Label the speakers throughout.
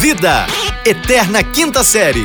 Speaker 1: Vida, Eterna Quinta Série.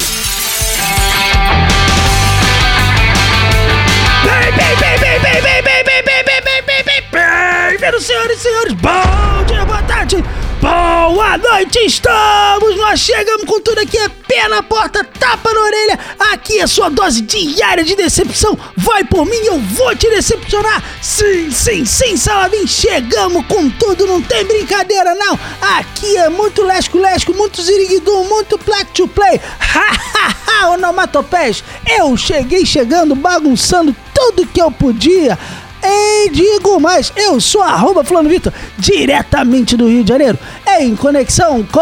Speaker 2: Bem, bem, bem, bem, bem, bem, bem, bem, bem, bem, bem, bem, bem, bem, bem, senhoras e senhores, bom dia, boa tarde, boa noite, estamos, nós chegamos com tudo aqui, é pé na porta, tapa na orelha, aqui é sua dose diária de decepção, vai por mim, eu vou te decepcionar, sim, sim, sim, Salavim, chegamos com tudo, não tem brincadeira não, aqui é muito lesco-lesco, muito ziriguidum, muito black to play, ha, ha, ha, onomatopeias, eu cheguei chegando, bagunçando tudo que eu podia. E digo mais, eu sou arroba Fulano Vitor, diretamente do Rio de Janeiro, em conexão com.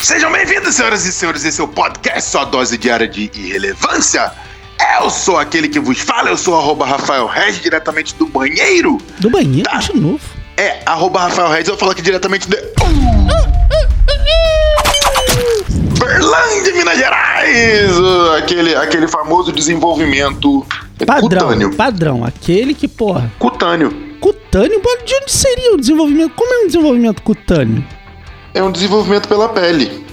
Speaker 3: Sejam bem-vindos, senhoras e senhores, esse é o podcast Sua Dose Diária de Irrelevância. Eu sou aquele que vos fala, eu sou arroba Rafael Regis, diretamente do banheiro.
Speaker 2: Do banheiro,
Speaker 3: Tá.
Speaker 2: de novo.
Speaker 3: É, arroba Rafael Regis, eu falo aqui diretamente de... Berlândia, Minas Gerais! Uh, Aquele, aquele famoso desenvolvimento
Speaker 2: Padrão,
Speaker 3: cutâneo.
Speaker 2: padrão, aquele que, porra,
Speaker 3: Cutâneo.
Speaker 2: cutâneo, mas de onde seria o desenvolvimento? Como é um desenvolvimento cutâneo?
Speaker 3: É um desenvolvimento pela pele.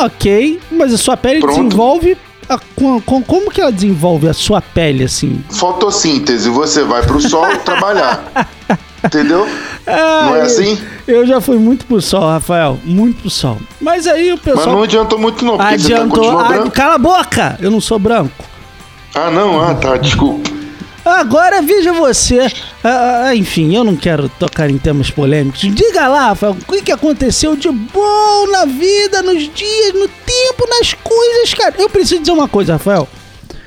Speaker 2: Ok, mas a sua pele
Speaker 3: Pronto.
Speaker 2: desenvolve. a- com- com- como que ela desenvolve a sua pele assim?
Speaker 3: Fotossíntese, você vai pro sol trabalhar. Entendeu? Não
Speaker 2: Ai,
Speaker 3: é assim?
Speaker 2: Eu já fui muito pro sol, Rafael, muito pro sol. Mas aí o
Speaker 3: Mas
Speaker 2: pessoal
Speaker 3: não adiantou muito não, porque você tá,
Speaker 2: adiantou.
Speaker 3: continua
Speaker 2: Ah,
Speaker 3: branco.
Speaker 2: cala a boca! Eu não sou branco.
Speaker 3: Ah, não, ah, tá, desculpa.
Speaker 2: Agora veja você. Ah, ah, enfim, eu não quero tocar em temas polêmicos. Diga lá, Rafael, o que, que aconteceu de bom na vida, nos dias, no tempo, nas coisas, cara? Eu preciso dizer uma coisa, Rafael.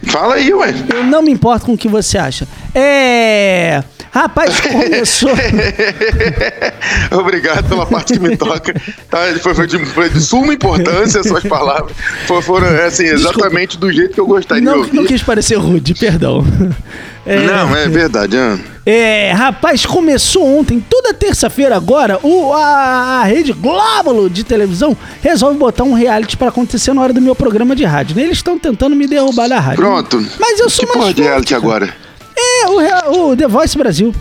Speaker 3: Fala aí, ué.
Speaker 2: Eu não me importo com o que você acha. É. Rapaz, começou.
Speaker 3: Obrigado pela parte que me toca. Tá, foi, foi de, foi de suma importância as suas palavras. Foi- Foram assim, exatamente do jeito que eu gostaria
Speaker 2: não,
Speaker 3: Tá de
Speaker 2: não
Speaker 3: ouvir.
Speaker 2: quis parecer rude, perdão. É,
Speaker 3: Não, é verdade, Ana.
Speaker 2: É, rapaz, começou ontem, toda terça-feira agora, o, a, a rede Glóbulo de televisão resolve botar um reality pra acontecer na hora do meu programa de rádio. né? Eles estão tentando me derrubar da rádio.
Speaker 3: Pronto.
Speaker 2: Mas eu sou
Speaker 3: que
Speaker 2: mais
Speaker 3: porra de
Speaker 2: forte,
Speaker 3: reality
Speaker 2: cara.
Speaker 3: agora?
Speaker 2: É, o, rea- o The Voice Brasil.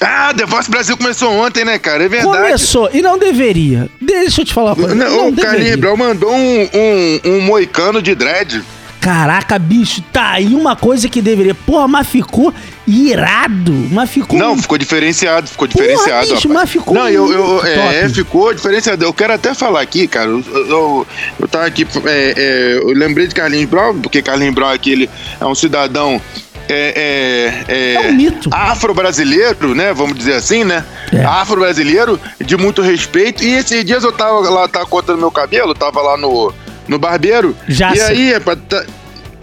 Speaker 3: Ah, The Voice Brasil começou ontem, né, cara? É verdade.
Speaker 2: Começou, e não deveria. Deixa eu te falar uma coisa. Não,
Speaker 3: Não, o Carlinhos
Speaker 2: deveria.
Speaker 3: Brown mandou um, um, um moicano de dread.
Speaker 2: Caraca, bicho, tá aí uma coisa que deveria. Porra, mas ficou irado. Mas ficou. um
Speaker 3: Não, ficou diferenciado, ficou diferenciado.
Speaker 2: bicho,
Speaker 3: rapaz.
Speaker 2: mas ficou
Speaker 3: Não, eu, eu-
Speaker 2: muito
Speaker 3: é,
Speaker 2: top.
Speaker 3: ficou diferenciado. Eu quero até falar aqui, cara. Eu, eu, eu tava aqui, é, é, eu lembrei de Carlinhos Brown, porque Carlinhos Brown aqui, ele é um cidadão. É, é, é,
Speaker 2: É um mito.
Speaker 3: Afro-brasileiro, né? Vamos dizer assim, né?
Speaker 2: É.
Speaker 3: Afro-brasileiro, de muito respeito. E esses dias eu tava lá, tava cortando meu cabelo, tava lá no, no barbeiro.
Speaker 2: Já
Speaker 3: e
Speaker 2: sei.
Speaker 3: aí, rapaz, tá-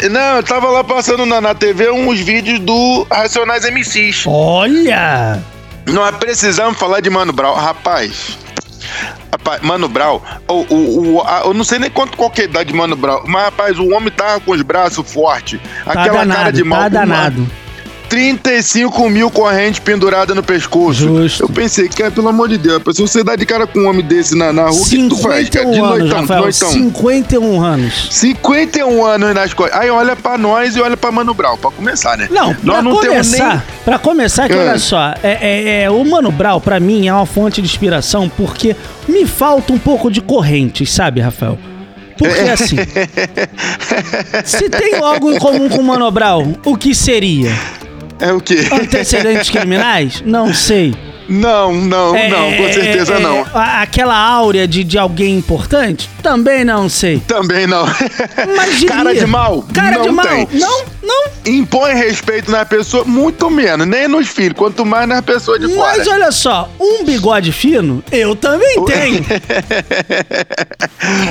Speaker 3: não, eu tava lá passando na, na TV uns vídeos do Racionais MCs.
Speaker 2: Olha!
Speaker 3: Nós precisamos é falar de Mano Brown. Rapaz, rapaz, Mano Brown, o, o, o- a- eu não sei nem quanto qual que é a idade de Mano Brown, mas rapaz, o homem tava com os braços fortes.
Speaker 2: Tá
Speaker 3: aquela
Speaker 2: danado,
Speaker 3: cara de mal.
Speaker 2: tá danado.
Speaker 3: 35 mil correntes penduradas no pescoço.
Speaker 2: Justo.
Speaker 3: Eu pensei, cara, pelo amor de Deus, se você dá de cara com um homem desse na, na rua, o que tu faz, cara?
Speaker 2: 51
Speaker 3: De
Speaker 2: anos,
Speaker 3: noitão, de
Speaker 2: Rafael.
Speaker 3: noitão.
Speaker 2: 51 anos.
Speaker 3: 51 anos nas costas. Aí olha pra nós e olha pra Mano Brown, pra começar, né?
Speaker 2: Não, pra começar, pra começar, que
Speaker 3: É.
Speaker 2: olha só, é, é- é, o Mano Brown, pra mim, é uma fonte de inspiração, porque me falta um pouco de correntes, sabe, Rafael? Porque
Speaker 3: É.
Speaker 2: assim, se tem algo em comum com o Mano Brown, o que seria?
Speaker 3: É o quê?
Speaker 2: Ah. Antecedentes criminais? Não sei.
Speaker 3: Não, não,
Speaker 2: É,
Speaker 3: não, com certeza
Speaker 2: é,
Speaker 3: não.
Speaker 2: a- Aquela áurea de, de alguém importante? Também não sei.
Speaker 3: Também não.
Speaker 2: Mas diria,
Speaker 3: Cara de mal?
Speaker 2: Cara
Speaker 3: não
Speaker 2: de mal.
Speaker 3: tem.
Speaker 2: Não, não
Speaker 3: Impõe respeito na pessoa, muito menos. Nem nos filhos, quanto mais nas pessoas de fora.
Speaker 2: Mas olha só, um bigode fino, eu também tenho.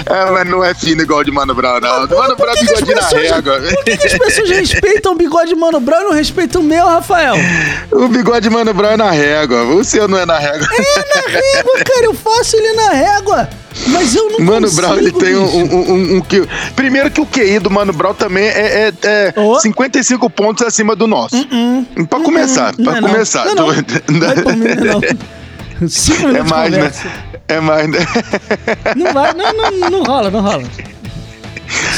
Speaker 3: Ela não é fina igual de Mano Brown, não. Mano Brown
Speaker 2: que que as
Speaker 3: bigode na
Speaker 2: pessoas-
Speaker 3: régua.
Speaker 2: Por que, que as pessoas respeitam o bigode de Mano Brown e não respeitam o meu, Rafael?
Speaker 3: O bigode de Mano Brown é na régua. O seu não é na régua.
Speaker 2: É na régua, cara, eu faço ele na régua. Mas eu não
Speaker 3: Mano
Speaker 2: consigo,
Speaker 3: Brown, ele tem um,
Speaker 2: bicho.
Speaker 3: um, um, um que- Primeiro que o QI do Mano Brown também é, é- é
Speaker 2: Ô. Uh-uh.
Speaker 3: 55 pontos acima do nosso. Pra começar,
Speaker 2: Não
Speaker 3: pra
Speaker 2: é não.
Speaker 3: começar.
Speaker 2: Não, não. Vai por mim, não é não. Cinco minutos
Speaker 3: É mais,
Speaker 2: de
Speaker 3: né?
Speaker 2: conversa.
Speaker 3: É mais, né?
Speaker 2: Não vai, não, não, não rola, não rola.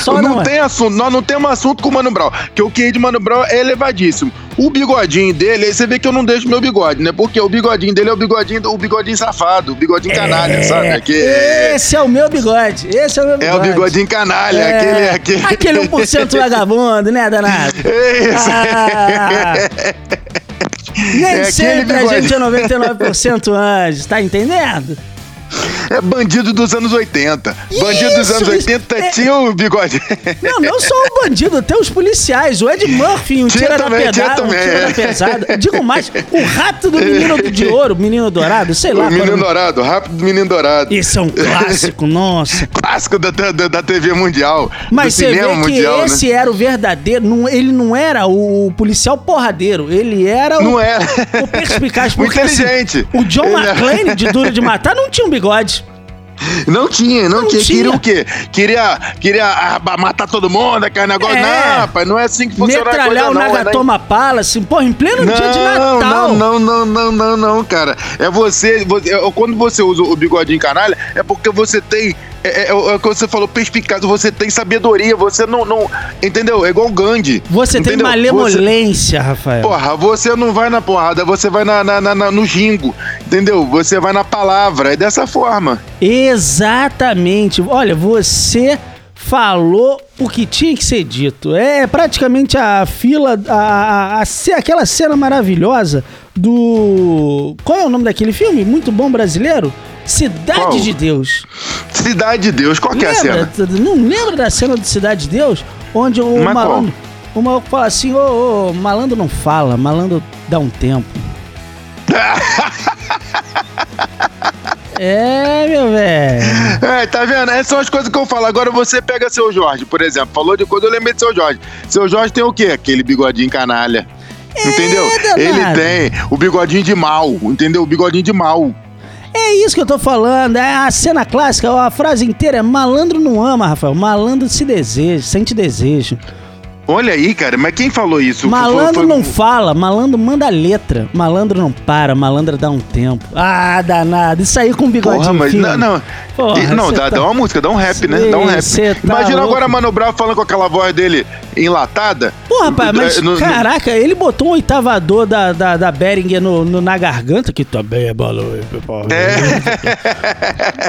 Speaker 2: Só
Speaker 3: não
Speaker 2: não, é.
Speaker 3: tem assunto, nós não temos assunto com o Mano Brown. Que o QI de Mano Brown é elevadíssimo. O bigodinho dele, aí você vê que eu não deixo meu bigode, né? Porque o bigodinho dele é o bigodinho, o bigodinho safado, o bigodinho canalha, sabe? É Que é,
Speaker 2: Esse é o meu bigode. Esse é o meu bigode.
Speaker 3: o bigodinho canalha, aquele é aquele.
Speaker 2: Aquele 1% vagabundo, né, danado?
Speaker 3: É isso.
Speaker 2: Ah, nem
Speaker 3: É aquele
Speaker 2: sempre a
Speaker 3: bigode.
Speaker 2: gente é 99% anjo, tá entendendo?
Speaker 3: É bandido dos anos 80. bandido dos
Speaker 2: Ah. Isso,
Speaker 3: anos
Speaker 2: isso.
Speaker 3: 80
Speaker 2: É-
Speaker 3: tinha o bigode.
Speaker 2: Não, não só o bandido, tem os policiais. O Ed Murphy, um
Speaker 3: Tinha
Speaker 2: tira,
Speaker 3: também,
Speaker 2: da
Speaker 3: tinha
Speaker 2: pedada, um
Speaker 3: também,
Speaker 2: tira
Speaker 3: é.
Speaker 2: da pesada. Digo mais, o rápido do menino de ouro, menino dourado, sei lá.
Speaker 3: o menino
Speaker 2: qual é o nome.
Speaker 3: dourado, rápido do menino dourado.
Speaker 2: Esse é um clássico, nossa.
Speaker 3: Clássico da, da, da TV mundial.
Speaker 2: Mas
Speaker 3: do
Speaker 2: você vê
Speaker 3: cinema
Speaker 2: que
Speaker 3: mundial, né?
Speaker 2: esse é era o verdadeiro. não- ele não era o, policial porradeiro. Ele era o,
Speaker 3: Não era.
Speaker 2: o perspicaz.
Speaker 3: O
Speaker 2: porque, assim,
Speaker 3: inteligente.
Speaker 2: o John
Speaker 3: Ele é era-
Speaker 2: McClane, de Duro de Matar, não tinha um bigode.
Speaker 3: Não tinha, não,
Speaker 2: Não
Speaker 3: tinha.
Speaker 2: tinha.
Speaker 3: Queria o quê? Queria, queria ah, matar todo mundo, aquele negócio.
Speaker 2: É.
Speaker 3: Não, rapaz, não é assim que funciona a coisa,
Speaker 2: Metralhar o
Speaker 3: não. é na
Speaker 2: Nagatoma Palace, porra, em pleno dia de Natal.
Speaker 3: Não, não, não, não, não, cara. É você, você- é- Quando você usa o bigodinho canalha, é porque você tem. É, é- é o que você falou, perspicaz, você tem sabedoria, você não. não entendeu? É igual o Gandhi.
Speaker 2: Você tem
Speaker 3: entendeu? Você-
Speaker 2: malemolência, Rafael.
Speaker 3: Porra, você não vai na porrada, você vai na, na- na- na- no jingo, entendeu? Você vai na palavra, é dessa forma.
Speaker 2: Exatamente. Olha, você falou o que tinha que ser dito. É praticamente a fila, a, a- a ce- aquela cena maravilhosa do. Qual é o nome daquele filme? Muito bom brasileiro? Cidade
Speaker 3: Qual?
Speaker 2: de Deus.
Speaker 3: Cidade de Deus, qual que é a
Speaker 2: Lembra?
Speaker 3: cena?
Speaker 2: Não lembra da cena do Cidade de Deus? Onde o
Speaker 3: Mas qual?
Speaker 2: malandro. O maluco fala assim, ô, ô, malandro não fala, malandro dá um tempo. é, meu velho.
Speaker 3: É, tá vendo? Essas são as coisas que eu falo. Agora você pega seu Jorge, por exemplo. Falou de coisa, eu lembrei de seu Jorge. Seu Jorge tem o quê? Aquele bigodinho canalha. Entendeu?
Speaker 2: É, danado.
Speaker 3: Ele tem o bigodinho de mal, entendeu? O bigodinho de mal.
Speaker 2: É isso que eu tô falando, é a cena clássica, a frase inteira é malandro não ama, Rafael, malandro se deseja, sente desejo.
Speaker 3: Olha aí, cara, mas quem falou isso?
Speaker 2: Malandro
Speaker 3: Foi- foi-
Speaker 2: não fala, malandro manda letra, malandro não para, malandro dá um tempo. Ah, danado, isso aí com um bigodinho
Speaker 3: Porra, mas.
Speaker 2: fino.
Speaker 3: Não, não.
Speaker 2: Porra,
Speaker 3: E- não,
Speaker 2: cê
Speaker 3: dá,
Speaker 2: tá-
Speaker 3: dá uma música, dá um rap, né? Dá um
Speaker 2: Cê-
Speaker 3: rap.
Speaker 2: cê tá
Speaker 3: Imagina
Speaker 2: louco.
Speaker 3: agora Mano Brown falando com aquela voz dele enlatada.
Speaker 2: Porra, rapaz, mas
Speaker 3: É, no- no-
Speaker 2: caraca, ele botou um oitavador da, da, da Beringer no, no- na garganta, que também é balão.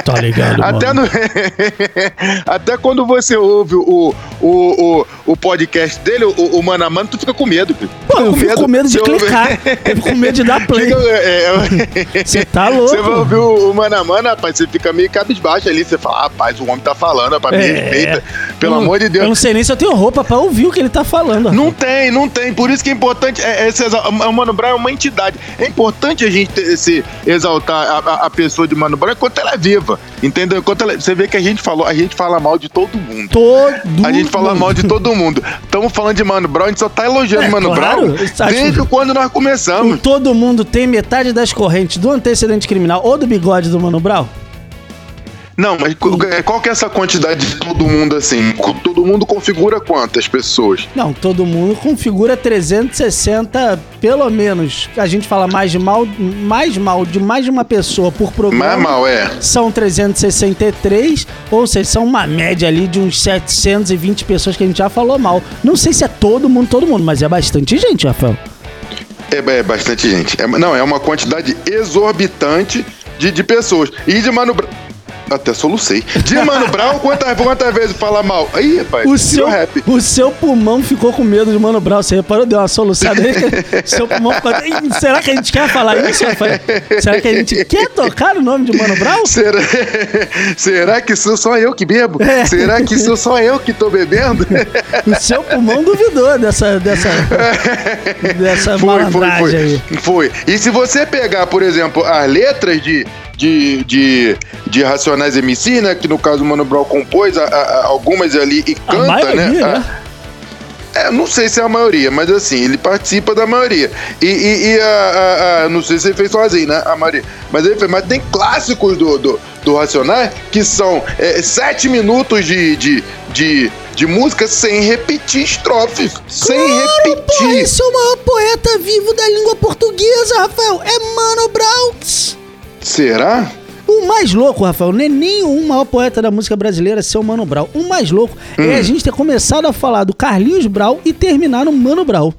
Speaker 2: Tá ligado, mano?
Speaker 3: É. Até, no- Até quando você ouve o, o, o, o podcast dele, o, o Mano a Mano, tu fica com medo. Filho.
Speaker 2: Pô, eu fico com medo de
Speaker 3: Você ouve-
Speaker 2: clicar, eu fico com medo de dar play.
Speaker 3: Fica- é, é.
Speaker 2: Você tá louco.
Speaker 3: Você vai ouvir o, o Mano a Mano, rapaz, você fica meio cabisbaixo ali. Você fala, rapaz, o homem tá falando, rapaz, me
Speaker 2: É.
Speaker 3: respeita. Pelo
Speaker 2: Eu-
Speaker 3: amor de Deus.
Speaker 2: Eu não sei nem se eu tenho roupa pra ouvir o que ele tá falando.
Speaker 3: Não tem, não tem. Por isso que é importante. É, é se exa- o Mano Brown é uma entidade. É importante a gente ter- se exaltar a, a- a pessoa de Mano Brown enquanto ela é viva. Entendeu? Enquanto ela- você vê que a gente falou, a gente fala mal de todo mundo.
Speaker 2: Todo
Speaker 3: A gente fala mal de todo mundo. Estamos falando de Mano Brown, a gente só tá elogiando
Speaker 2: É,
Speaker 3: Mano
Speaker 2: claro.
Speaker 3: Brown desde quando nós começamos.
Speaker 2: Todo mundo tem metade das correntes do antecedente criminal ou do bigode do Mano Brown?
Speaker 3: Não, mas co- qual que é essa quantidade de todo mundo assim? Co- Todo mundo configura quantas pessoas?
Speaker 2: Não, todo mundo configura 360, pelo menos. A gente fala mais de mal, mais mal de mais de uma pessoa por programa.
Speaker 3: Mas mal, é.
Speaker 2: São 363, ou seja, são uma média ali de uns 720 pessoas que a gente já falou mal. Não sei se é todo mundo, todo mundo, mas é bastante gente, Rafael.
Speaker 3: É, ba- é bastante gente. É- não, é uma quantidade exorbitante de, de pessoas. E de Mano Brown. Até solucei. De Mano Brown, quantas, quantas vezes fala mal? Aí, rapaz,
Speaker 2: O
Speaker 3: virou
Speaker 2: seu,
Speaker 3: rap.
Speaker 2: o seu pulmão ficou com medo de Mano Brown. Você reparou? Deu uma soluçada aí. que seu pulmão ficou... Ih, Será que a gente quer falar isso, Rafael? Será que a gente quer tocar o nome de Mano Brown?
Speaker 3: Será, será que sou só eu que bebo?
Speaker 2: É.
Speaker 3: Será que sou só eu que tô bebendo?
Speaker 2: O seu pulmão duvidou dessa... Dessa, dessa é malandragem aí.
Speaker 3: Foi. E se você pegar, por exemplo, as letras de, de, de, de Racionais MC, né? Que no caso o Mano Brown compôs a- a- a- algumas ali e
Speaker 2: A
Speaker 3: canta,
Speaker 2: maioria,
Speaker 3: né?
Speaker 2: né?
Speaker 3: A- É, não sei se é a maioria, mas assim, ele participa da maioria. E, e- e a, a- a- não sei se ele fez sozinho, né? A maioria. Mas ele fez, mas tem clássicos do, do, do Racionais que são é, sete minutos de, de, de, de música sem repetir estrofes. sem
Speaker 2: Pô,
Speaker 3: repetir.
Speaker 2: esse é o maior poeta vivo da língua portuguesa, Rafael. É Mano Brown.
Speaker 3: Será?
Speaker 2: O mais louco, Rafael, não é nenhum maior poeta da música brasileira ser o Mano Brown. O
Speaker 3: Hum.
Speaker 2: mais louco é a gente ter começado a falar do Carlinhos Brown e terminar no Mano Brown.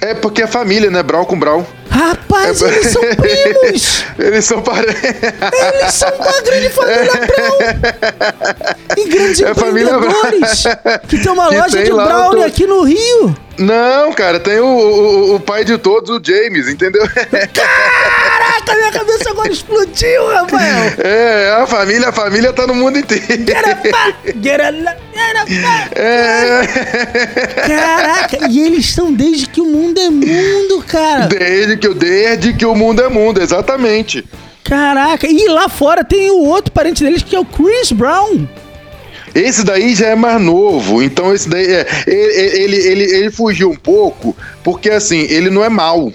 Speaker 3: É porque é família, né? Brau com Brau.
Speaker 2: Rapaz,
Speaker 3: É
Speaker 2: eles são primos!
Speaker 3: Eles são parentes.
Speaker 2: Eles são uma grande família Brown! E grandes
Speaker 3: É a família
Speaker 2: empreendedores! Que tem uma
Speaker 3: Que
Speaker 2: loja
Speaker 3: tem
Speaker 2: de
Speaker 3: lá
Speaker 2: brownie
Speaker 3: outro-
Speaker 2: aqui no Rio!
Speaker 3: Não, cara, tem o, o- o pai de todos, o James, entendeu?
Speaker 2: Caraca, minha cabeça agora explodiu, Rafael!
Speaker 3: É, a família, a família tá no mundo inteiro.
Speaker 2: Garapá! Garala- garapá.
Speaker 3: É,
Speaker 2: Caraca, e eles estão desde que o mundo é mundo, cara!
Speaker 3: desde que, o- desde que o mundo é mundo, exatamente.
Speaker 2: Caraca, e lá fora tem o outro parente deles que é o Chris Brown!
Speaker 3: Esse daí já é mais novo, então esse daí é, ele, ele, ele, ele fugiu um pouco, porque assim, ele não é mal.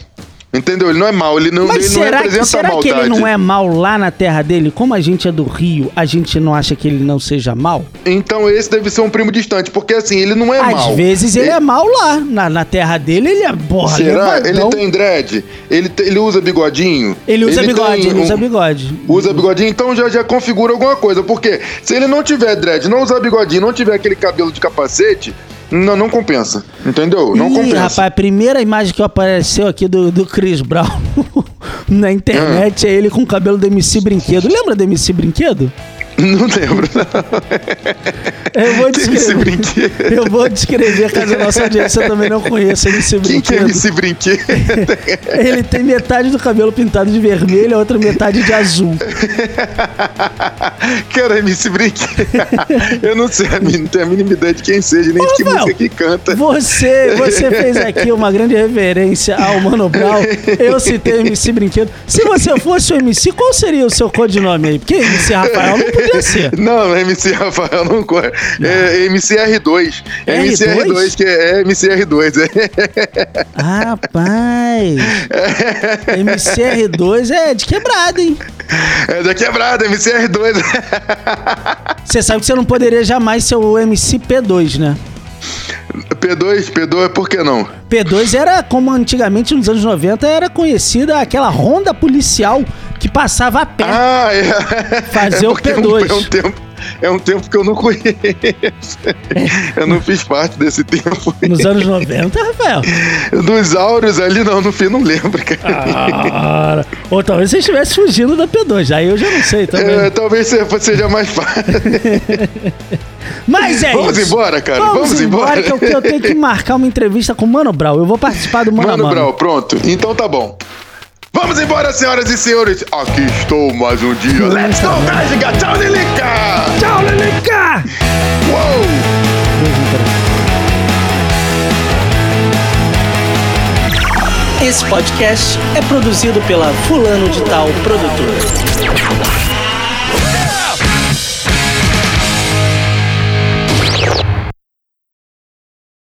Speaker 3: Entendeu? Ele não é mal, ele não,
Speaker 2: Mas
Speaker 3: ele não
Speaker 2: será,
Speaker 3: representa
Speaker 2: que, será que
Speaker 3: maldade.
Speaker 2: ele não é mal lá na terra dele? Como a gente é do Rio, a gente não acha que ele não seja mal?
Speaker 3: Então esse deve ser um primo distante, porque assim, ele não é
Speaker 2: Às
Speaker 3: mal.
Speaker 2: vezes ele, é mal lá. Na, na terra dele, ele é porra.
Speaker 3: Será?
Speaker 2: levadão.
Speaker 3: Ele tem dread? Ele, te- ele usa bigodinho?
Speaker 2: Ele usa
Speaker 3: tem
Speaker 2: bigode, ele
Speaker 3: um-
Speaker 2: usa bigode.
Speaker 3: Usa bigodinho, então já, já configura alguma coisa. Porque se ele não tiver dread, não usar bigodinho, não tiver aquele cabelo de capacete, não, não compensa. Entendeu? Não
Speaker 2: Ih,
Speaker 3: compensa.
Speaker 2: rapaz, a primeira imagem que apareceu aqui do, do Chris Brown na internet é ele com o cabelo do MC Brinquedo. Lembra do MC Brinquedo?
Speaker 3: Não lembro, não.
Speaker 2: Eu vou
Speaker 3: Quem é esse
Speaker 2: descrever.
Speaker 3: brinquedo?
Speaker 2: Eu vou descrever, caso a nossa audiência também não conheça MC
Speaker 3: Quem que é
Speaker 2: Brinquedo.
Speaker 3: esse brinquedo?
Speaker 2: Ele tem metade do cabelo pintado de vermelho, a outra metade de azul.
Speaker 3: Cara, MC Brinquedo. Eu não sei, a mim- não tenho a mínima ideia de quem seja, nem de que
Speaker 2: Rafael,
Speaker 3: música que canta.
Speaker 2: Você, você fez aqui uma grande reverência ao Mano Brown. Eu citei o MC Brinquedo. Se você fosse o MC, qual seria o seu codinome aí? Porque MC Rafael não podia ser.
Speaker 3: Não, MC Rafael não corre. É MCR2.
Speaker 2: R2?
Speaker 3: MCR2, que é, é MCR2. É.
Speaker 2: Rapaz! MCR2 é de quebrada, hein?
Speaker 3: É da quebrada, MCR2.
Speaker 2: Você sabe que você não poderia jamais ser o MC P2, né?
Speaker 3: P2, P2, por que
Speaker 2: É.
Speaker 3: não?
Speaker 2: P2 era, como antigamente nos anos 90, era conhecida aquela ronda policial que passava a pé.
Speaker 3: Ah, é.
Speaker 2: Fazer o
Speaker 3: porque é um-
Speaker 2: P2.
Speaker 3: É um, tempo, é um tempo que eu não conheço.
Speaker 2: É.
Speaker 3: Eu não fiz parte desse tempo.
Speaker 2: Nos anos 90, Rafael.
Speaker 3: Dos áureos ali, não, no fim, não lembro, cara.
Speaker 2: Ah, Cara. Ou talvez você estivesse fugindo da P2, aí eu já não sei também.
Speaker 3: É, talvez se- seja mais fácil.
Speaker 2: Mas é
Speaker 3: Vamos
Speaker 2: isso.
Speaker 3: embora, cara, vamos embora.
Speaker 2: que eu, que eu tenho que marcar uma entrevista com o Mano Brown. Eu vou participar do Mano, a
Speaker 3: Mano,
Speaker 2: Mano.
Speaker 3: Brau, pronto. Então tá bom. Vamos embora, senhoras e senhores. Aqui estou mais um dia. Let's go, Mágica. Tchau, Lilica.
Speaker 2: Tchau, Lelica!
Speaker 3: Uou.
Speaker 4: Esse podcast é produzido pela Fulano de Tal Produtora.